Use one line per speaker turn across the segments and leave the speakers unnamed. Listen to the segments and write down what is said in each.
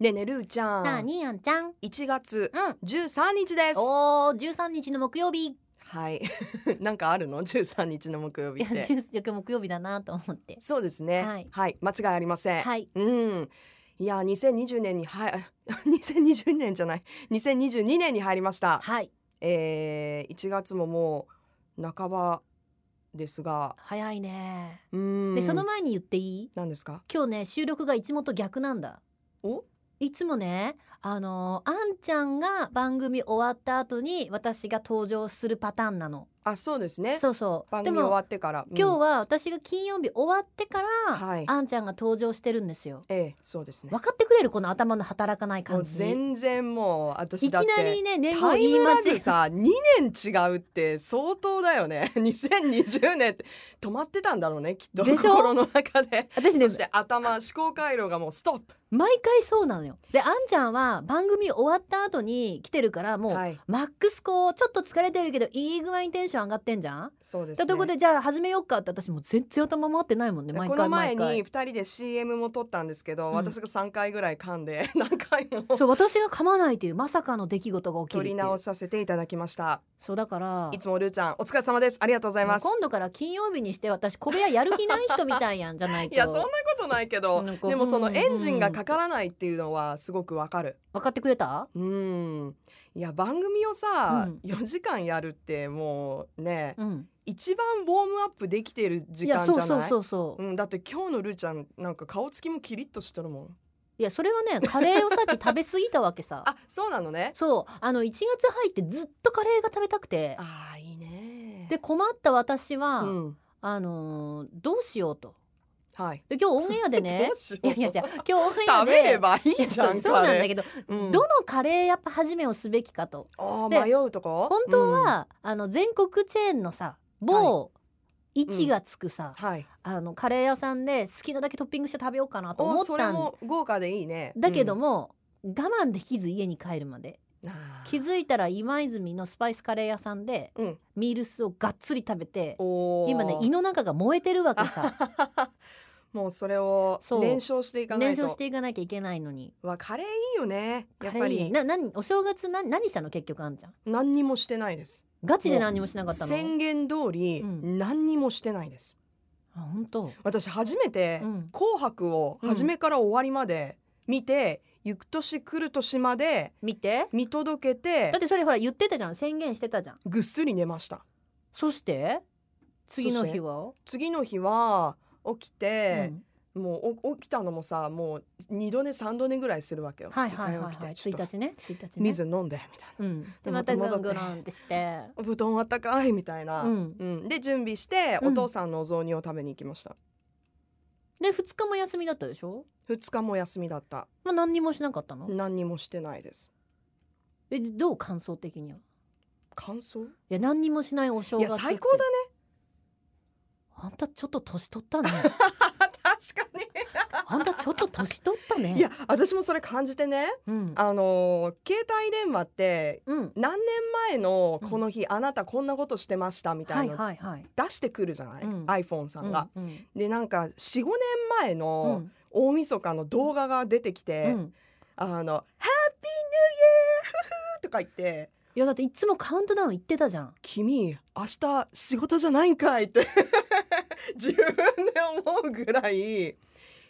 ねえねえるーちゃん
なあにあんちゃんうん
1月13日です
おお13日の木曜日い
はい なんかあるの13日の木曜日
や
って
14日木曜日だなと思って
そうですねは
はいい、
間違いありません、
はい
うんいや2020年にはい あ2020年じゃない2022年に入りました
はい
えー、1月ももう半ばですが
早いね
うん
でその前に言っていい
何ですか
今日ね収録がいつもと逆なんだ
お
いつもねあのーあんちゃんが番組終わった後に私が登場するパターンなの
あそうですね
そうそう
番
で
組終
も
わってから、
今日
は、
は私が金曜日終わってから、
はい
あんちゃんが登場してるんですよ
ええそうですね
分かってくれるこの頭の働かない
も
感
う
じ
全然もう私
いき
だ
な
って
りね年号
タイ
言い
ム
間
ラ
違
グ
え
さ2年違うって相当だよね 2020年って止まってたんだろうねきっと
でしょ
心の中で
私ね
そして頭思考回路がもうストップ
毎回そうなのよであんちゃんは番組終わった後に来てるからもう、
はい
マックスこうちょっと疲れてるけどいい具合にテンション上がってんじゃん
そうです
だ
ね
とこでじゃあ始めようかって私もう全然頭回ってないもんね毎
この
回
前
毎
に
回
2人で CM も撮ったんですけど、
うん
私が3回ぐらい噛んで 何回も
そう私が噛まないというまさかの出来事が起きるっ
撮
て
り
いう
直させていただきました
そうだから
いつもルーちゃんお疲れ様ですありがとうございます
今度から金曜日にして私小部屋やる気ない人みたいやんじゃないと
いやそんなことないけど
なんか
でもその
うん
エンジンがかからないっていうのはすごくわかる
分かってくれた
うんいや番組をさ、
うん
4時間やるってもうね、
うん
一番ウォームアップできてる時
いや
間じゃ
そ
な
う
い
そうそうそう、
うん、だって今日のルーちゃんなんか顔つきもキリッとしてるもん
いやそれはねカレーをさっき食べ過ぎたわけ さ
あそうなのね
そうあの1月入ってずっとカレーが食べたくて
あーいいね
で困った私は、
うん
あのーどうしようと
はい
で今日オンエアでね
どうしよう
いやいやじゃ今日オンエア
食
で
べればい
い
い
や
じゃん
そうそうなんだ
け
けど、
ど、うん
どのカレーやっぱ始めをすべきかと
あ
で
ー迷うとこ
本当、は、あの全国チェーンのさ某位置がつくさ、
うんはい
あのカレー屋さんで好きなだけトッピングして食べようかなと思
お
っ
そ
た
れ
ん
も豪華でいいね
だけど
も、
も、我慢できず家に帰るまで
うんあー
気づいたら今泉のスパイスカレー屋さんで
うん
ミールスをがっつり食べて
おー
今ね胃の中が燃えてるわけさ
もうそれを
そう
燃焼していかな
燃
いと
焼していかなきゃいけないのに
わカレーいいよねやっ
カレ
ぱ
ーいいね
り
な何お正月何何したの結局あんちゃん
何にもしてないです
ガチで何もしなかったの
宣言通り
うん
何にもしてないです、
あ本当
私初めて
うん
「紅白」を初めから終わりまで見て、行く年来る年まで
見て
見届けて
だってそれほら言ってたじゃん宣言してたじゃん
ぐっすり寝ました
そして次の日
は
は、
次の日は起きて
う、ん
もうお起きたのもさもう二度寝三度寝ぐらいするわけよ。
はいはいはい
一
は
回
い
起きてちょっと
1日ね1日ね
水飲んでみたいな
うん
で
でまた
ま
グ
た戻
ン
って
グランってして
お布団あったかいみたいな、
うん
うんで準備して
うん
お父さんのお雑煮を食べに行きました、
で2日も休みだったでしょ
二2日も休みだった
まあ何にもしなかったの
何にもしてないです
えどう感想的には
感想
いや何にもしないお正
い
月っ
や
て
最高だ ね
あんたちょっと年 取ったね
確かに、
あんたちょっと年取ったね
いや私もそれ感じてね
うん
あのー携帯電話って
うん
何年前のこの日、あなたこんなことしてましたみた
はいい
な、
はいはい
出してくるじゃない、
うん
iPhone さんが。
うんうん
でなんか45年前
う
の
ん
大晦日の動画が出てきて「
うん
あのハッピーニューイヤー!」 とか言って
いやだっていつもカウントダウン行ってたじゃん
君明日仕事じゃないんかいって 自分で思うぐらいい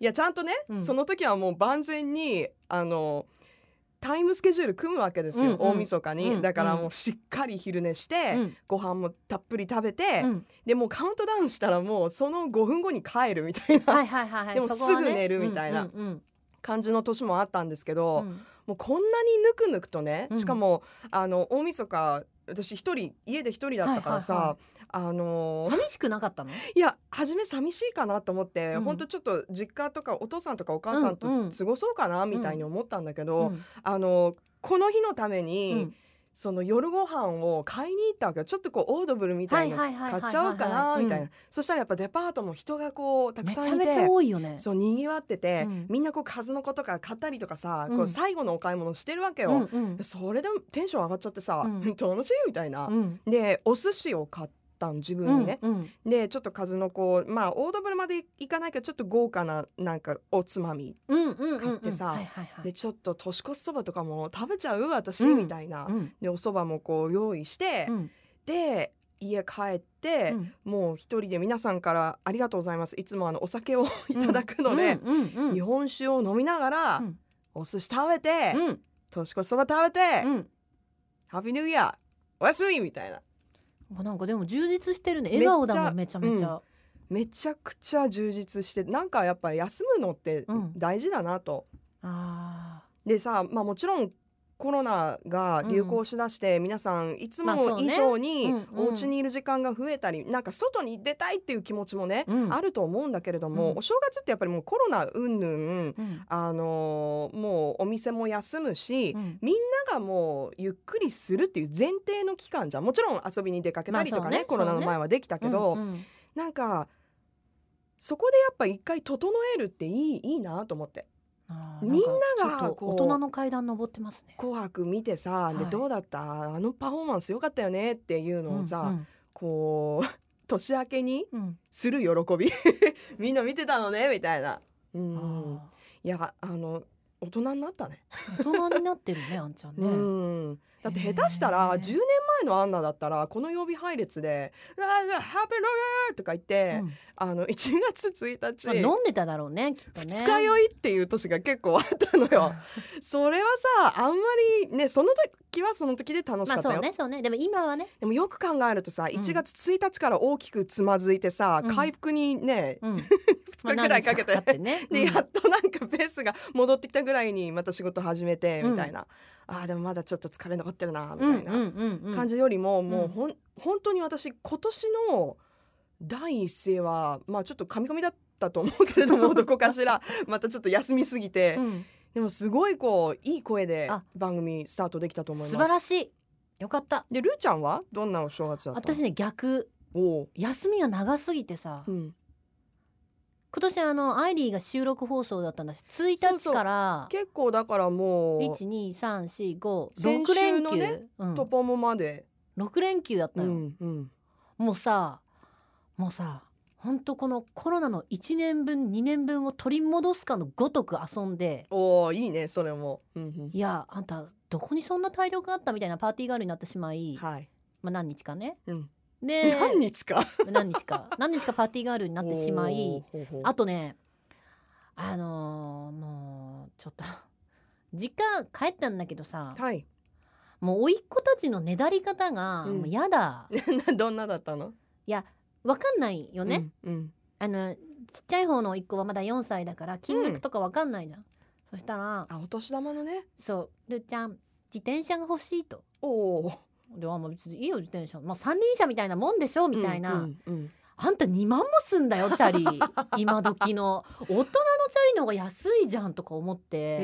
やちゃんとね、
うん
その時はもう万全にあのタイムスケジュール組むわけですよ、
うんうん
大晦日に、
うんうん
だからもうしっかり昼寝して、
うん
ご飯もたっぷり食べて、
うん
でもうカウントダウンしたらもうその5分後に帰るみたいな
はいはいはいはい
でも
そこはね
すぐ寝るみたいな
うんうん
感じの年もあったんですけ
う
ど、
ん
もうこんなにぬくぬくとね、
うん
しかもあの大晦日私一人家で一人だったからさ、
はいはいは
あ
う
の
ん
ー
寂しくなかったの
いや初め寂しいかなと思って、
うん
ほんとちょっと実家とかお父さんとかお母さんと
うんうん
過ごそうかなみたいに思ったんだけど、
うん
あのこの日のために、
うん
その夜ご飯を買いに行ったわけよちょっとこうオードブルみたいな
はいはいはいはいは
買
い
っちゃおうかなみたいな、
う
そしたらやっぱデパートも人がこうたく
めち
さ
ゃ
んいて
めちゃ多いよね
そう賑わってて、
うん
みんなこう数の子とか買ったりとかさ、こ
う
うん最後のお買い物してるわけよ、
うんうん
それでもテンション上がっちゃってさ、
うん
楽しいみたいな、
うん
でお寿司を買っったん自
う
分に
ん
ね、
うん
でちょっと数の子まあ大ドブルまでいかないけどちょっと豪華ななんかおつまみ
うんうんうん
買ってさ
はいはいは
で
い
ちょっと年越しそばとかも食べちゃう私、
うん
みたいな、
うん
でおそばもこう用意して、
うん
で家帰って、
うん
もう一人で皆さんからありがとうございますいつもあのお酒を いただくので、
うんうんうん
日本酒を飲みながら、
うん
お寿司食べて、
うん
年越しそば食べて、
うん
ハッピーニューイヤーおやすみみたいな
あなんかでも充実してるね笑顔だもんめちゃめちゃ
めちゃくちゃ充実してなんかやっぱ休むのって
うん
大事だなと。
あ
でさ、まあ、もちろんコロナが流行しだして、皆さんいつ
まあそ
も
うね
以上に
うんうん
お家にいる時間が増えたり、なんか外に出たいっていう気持ちもね、
うん
あると思うんだけれども、
うん
お正月ってやっぱりもうコロナ云々
ーうん
あのーもうお店も休むし、
うん
なんかもうゆっくりするっていう前提の期間じゃんもちろん遊びに出かけたりとかね,、
まあそうね
コロナの前はできたけど、
うんうん
なんかそこでやっぱ一回整えるっていいいいなと思って
あー
みんな
なんかちょ
が
っと
こう
大人の階段登ってますね
「紅白」見てさ、
は
で
い
どうだったあのパフォーマンス良かったよねっていうのをさ、
うん
こう 年明けに
うん
する喜 びみんな見てたのねみたいな。う
うん
ん
あ
いやあの大人になったね
ー大人になってるねあんちゃんね
うんだって下手したら
へー
10年前のアンナだったらこの曜日配列で「ハッピーロー!」とか言って、
うん
あの1月1日、
まあ飲んでただろうねきっとね
二日酔いっていう年が結構あったのよ。それはさあんまりねその時はその時で楽しか
まあ
った
そ
よ。
うねそうねでも今はね
でもよく考えるとさ1月1日から大きくつまずいてさ、
うん
回復にね
うん
2日ぐらいかけて。
まあ何日かかってね
で
うん
やっとなんかペースが戻ってきたぐらいにまた仕事始めてみたいな、あーでもまだちょっと疲れ残ってるなみたいな感
じ
じよりも、もううんほん本当に私今年の第一声はまあちょっとカみカみだったと思うけれどもどこかし らまたちょっと休みすぎて、でもすごいこういい声で
あ
番組スタートできたと思います。
素晴らしいよかった
でルーちゃんはどんなお正月だったの
私ね逆
おう、
休みが長すぎてさ
うん、
今年あのアイリーが収録放送だったんだし
そう
1
そう
日から
結構だからもう先
12345
週
連
の
休、
ね
うん、
トポモまで、
6連休だった
う
の、
んうん、
もうさもうさほんとこのコロナの1年分2年分を取り戻すかのごとく遊んで
おおいいねそれも、うん
いやあんたどこにそんな体力があったみたいなパーティーガールになってしま
う
い
ん、、はい、
まあ、何日かね。
うん
で
何日か
何日か何日かパーティーガールになってしまい
おーほうほう
あとねあのーもうちょっと実家帰ったんだけどさ
はい
もう甥っ子たちのねだり方が
うん
もうやだ、
どんなだったの
わかんないよね、、
うんうん
あのちっちゃい方の甥っ子はまだ4歳だから金額とかわかんないじゃん、そしたら
あお年玉のね
そう「るっちゃん自転車が欲しい」と。
おお
であもう別にいいよ自転車もう三輪車みたいなもんでしょみたいな、
うんうんうん
あんた2万もすんだよチャ リ今時の大人のチャリの方が安いじゃんとか思って。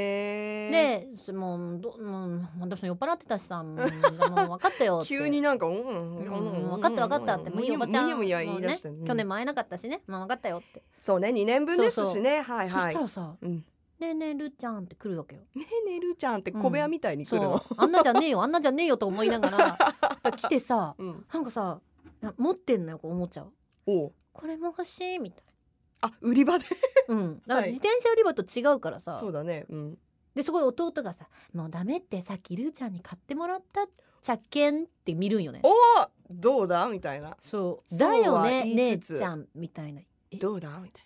へえ
でそもうどもう私も酔っ払ってたしさもうもう分かったよって
急になんかうん
うん分かった分かったってもういいよおばちゃん
むにゃむにゃ
も
言
う
い出
ね
して、うん
去年も会えなかったしねもう分かったよって、
そうね二年分ですしねはい
そ
は
し
い
たらさ
うん
「ねえねえるっちゃん」って来るわけよ
ねえねるちゃんって小部屋みたいに来る
そう
の、
あんなじゃねえよあんなじゃねえよと思いな がら来てさ
うん
なんかさな持ってんのよこうおもちゃを
おう
これも欲しいみたい
あ売り場で
なうんだか
は
ら
い
自転車売り場と違うからさ、
そうだねうん
でそこで弟がさ「もうダメってさっきルーちゃんに買ってもらった茶ゃけん」って見るんよね
おおどうだみたいな
そう
そう
だ
は
よね
言い
姉
つつ
ちゃんみたいな
どうだみたい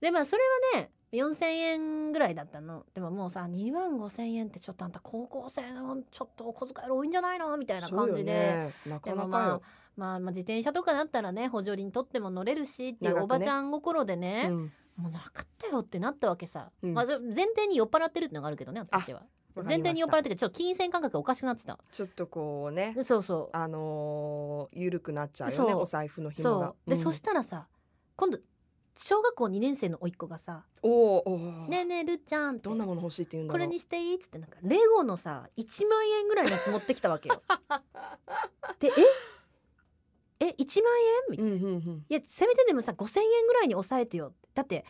でまあそれはね4,000円ぐらいだったのでももうさ2万5,000円ってちょっとあんた高校生のちょっとお小遣い多いんじゃないのみたい
な
な感じで、
そうよねなか
で
な
も
か
まあ
よ、
まあ、まあ自転車とかだったらね補助輪取っても乗れるしってい
長く
う
ね
おばちゃん心でね
うん
もうなかったよってなったわけさ、
うん
まあ、それ前提に酔っ払ってるってのがあるけどね私は
わか
前
りました
提に酔っ払ってるけどちょっと金銭感覚がおかしくなってた
ちょっとこうね
でそうそ
あのー、緩くなっちゃうよ
そ
ね
う
お財布の
う
紐が
そうで、
うん
そしたらさ今度小学校2年生の甥っ子がさ
おーお
「
ー
ねえねえるっちゃん」って
どんなもの欲しいって言うんだ
こ
ろう
れにしていいっつってなんかレゴのさ1万円ぐらいのやつ持ってきたわ けよ。でええ1万円みたいな。
うんうんうん
いやせめてでもさ5,000円ぐらいに抑えてよだって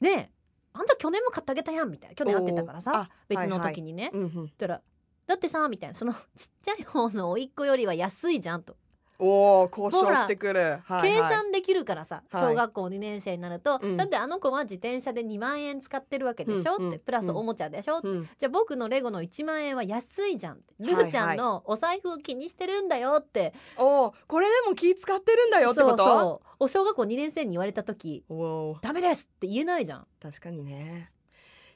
ねえあんた去年も買ってあげたやんみたいな去年会ってたか
おー
ら
あ
さ別の
はいはい
時にね。
うんうん
言ったらだってさみたいなそのちっちゃい方の甥っ子よりは安いじゃんと
おお交渉してくる、はいはい
計算できるからさ、
はい
小学校2年生になると、
うん
だってあの子は自転車で2万円使ってるわけでしょって、
うんうん
プラスおもちゃでしょ、
うん
じゃあ僕のレゴの1万円は安いじゃんってルフちゃんのお財布を気にしてるんだよって、
おーこれでも気使ってるんだよってこと
そうそうお小学校2年生に言われた時
おー
ダメですって言えないじゃん
確かにね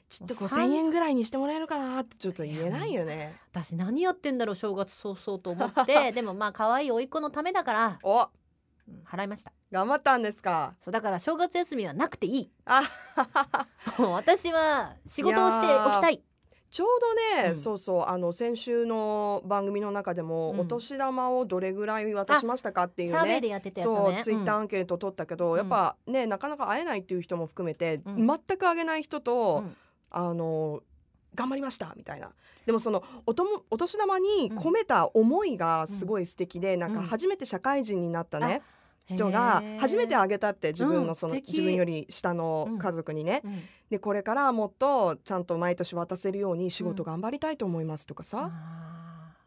ちょっと
もう
5000
三
円ぐらいにしてもらえるかなってちょっと言えないよね
私何やってんだろう正月早々と思って でもまあ可愛い甥っ子のためだから、
お
うん払いました
頑張ったんですか
そうだから正月休みはなく ていい
あ
もう私は仕事をしておきたい
ちょうどね、
うん
そうそうあの先週の番組の中でも、
うん
お年玉をどれぐらい渡しましたかっていう
サーベイ
ね
でやってたやつね
そうツイッター
ー
アンケート取ったけど、
うん
やっぱねなかなか会えないっていう人も含めて、
うん
全くあげない人と、
うん
あの頑張りましたみたいなでもそのおともお年玉に
うん
込めた思いがすごい素敵で、なんか
うん
初めて社会人になったね、人が初めてあげたって自分のその、
うん素敵
自分より下の家族にね、
うん
でこれからはもっとちゃんと毎年渡せるように仕事頑張りたいと思いますとかさ、
あ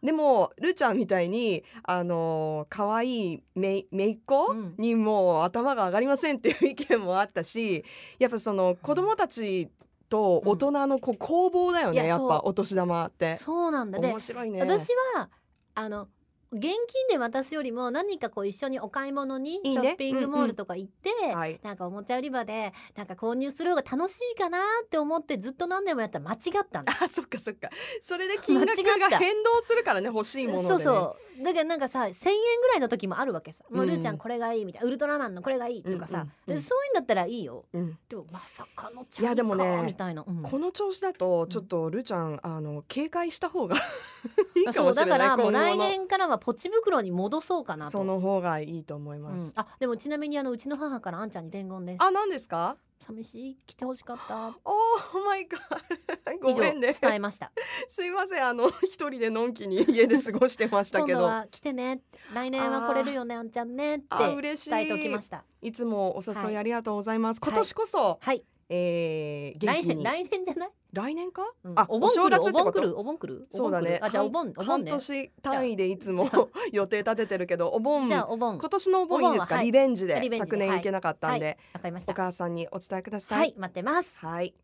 でもるーちゃんみたいにあのー可愛いめいめいっ子
うん
にもう頭が上がりませんっていう意見もあったしやっぱその子供たちと大人のこう攻防だよね、
いや
やっ
そう
ぱお年玉って
ー。そうなんだで
面白いね
私はあの現金で渡すよりも何かこう一緒にお買い物に
い
シ
い
ョ
ね
ッピングモールとか行って
はい
なんかおもちゃ売り場でなんか購入する方が楽しいかなって思ってずっと何年もやったら間違ったんだ
あそっかそっかそれで金額
間違った
が変動するからね欲しいもので、ね、
そうそうだからなんかさ1,000円ぐらいの時もあるわけさ「もう
うん
ルーちゃんこれがいい」みたいな「ウルトラマンのこれがいい」とかさ、
うんうんうん
でそういうんだったらいいよ
うん、
でもまさかのチ
い
ャ
やで
リ
も
か
ね
みたいな、うん
この調子だとちょっとルーちゃんあの警戒した方がいいか
そ
も
う
しれな
だ
い
からもう
今後の
来年からはポチ袋に戻そうかなと
その方がいいと思いうま
ん
す、
あでもちなみにあのうちの母からあんちゃんに伝言です
あ何ですか
寂しい来てほしかった
おーマイガーごめんね
以上伝えました
すいませんあの一人でのんきに家で過ごしてました
今
け
度
ど
は来てね来年は来れるよねあんちゃんねって
あ嬉しい
伝えておきました
いつもお誘
はい
いありがとうございます、今年こそ、
はい
えー、元
来
気
年
に
来年じゃない、
来年か、
うん
あ
お盆来
お正
る
月
お
ってこと
盆来るお盆来る
そうだね
お盆来るあじゃあお盆お盆
半
ね
年単位でいつも
じゃあ
予定立ててるけどお盆
じゃ
今
あお盆
年のお盆いいですか、
お盆ははい
リベンジで
リベンジで
昨年行けなかったんで、
わかりまし
お
た
母さんにお伝えくださ
はいい待ってます
はい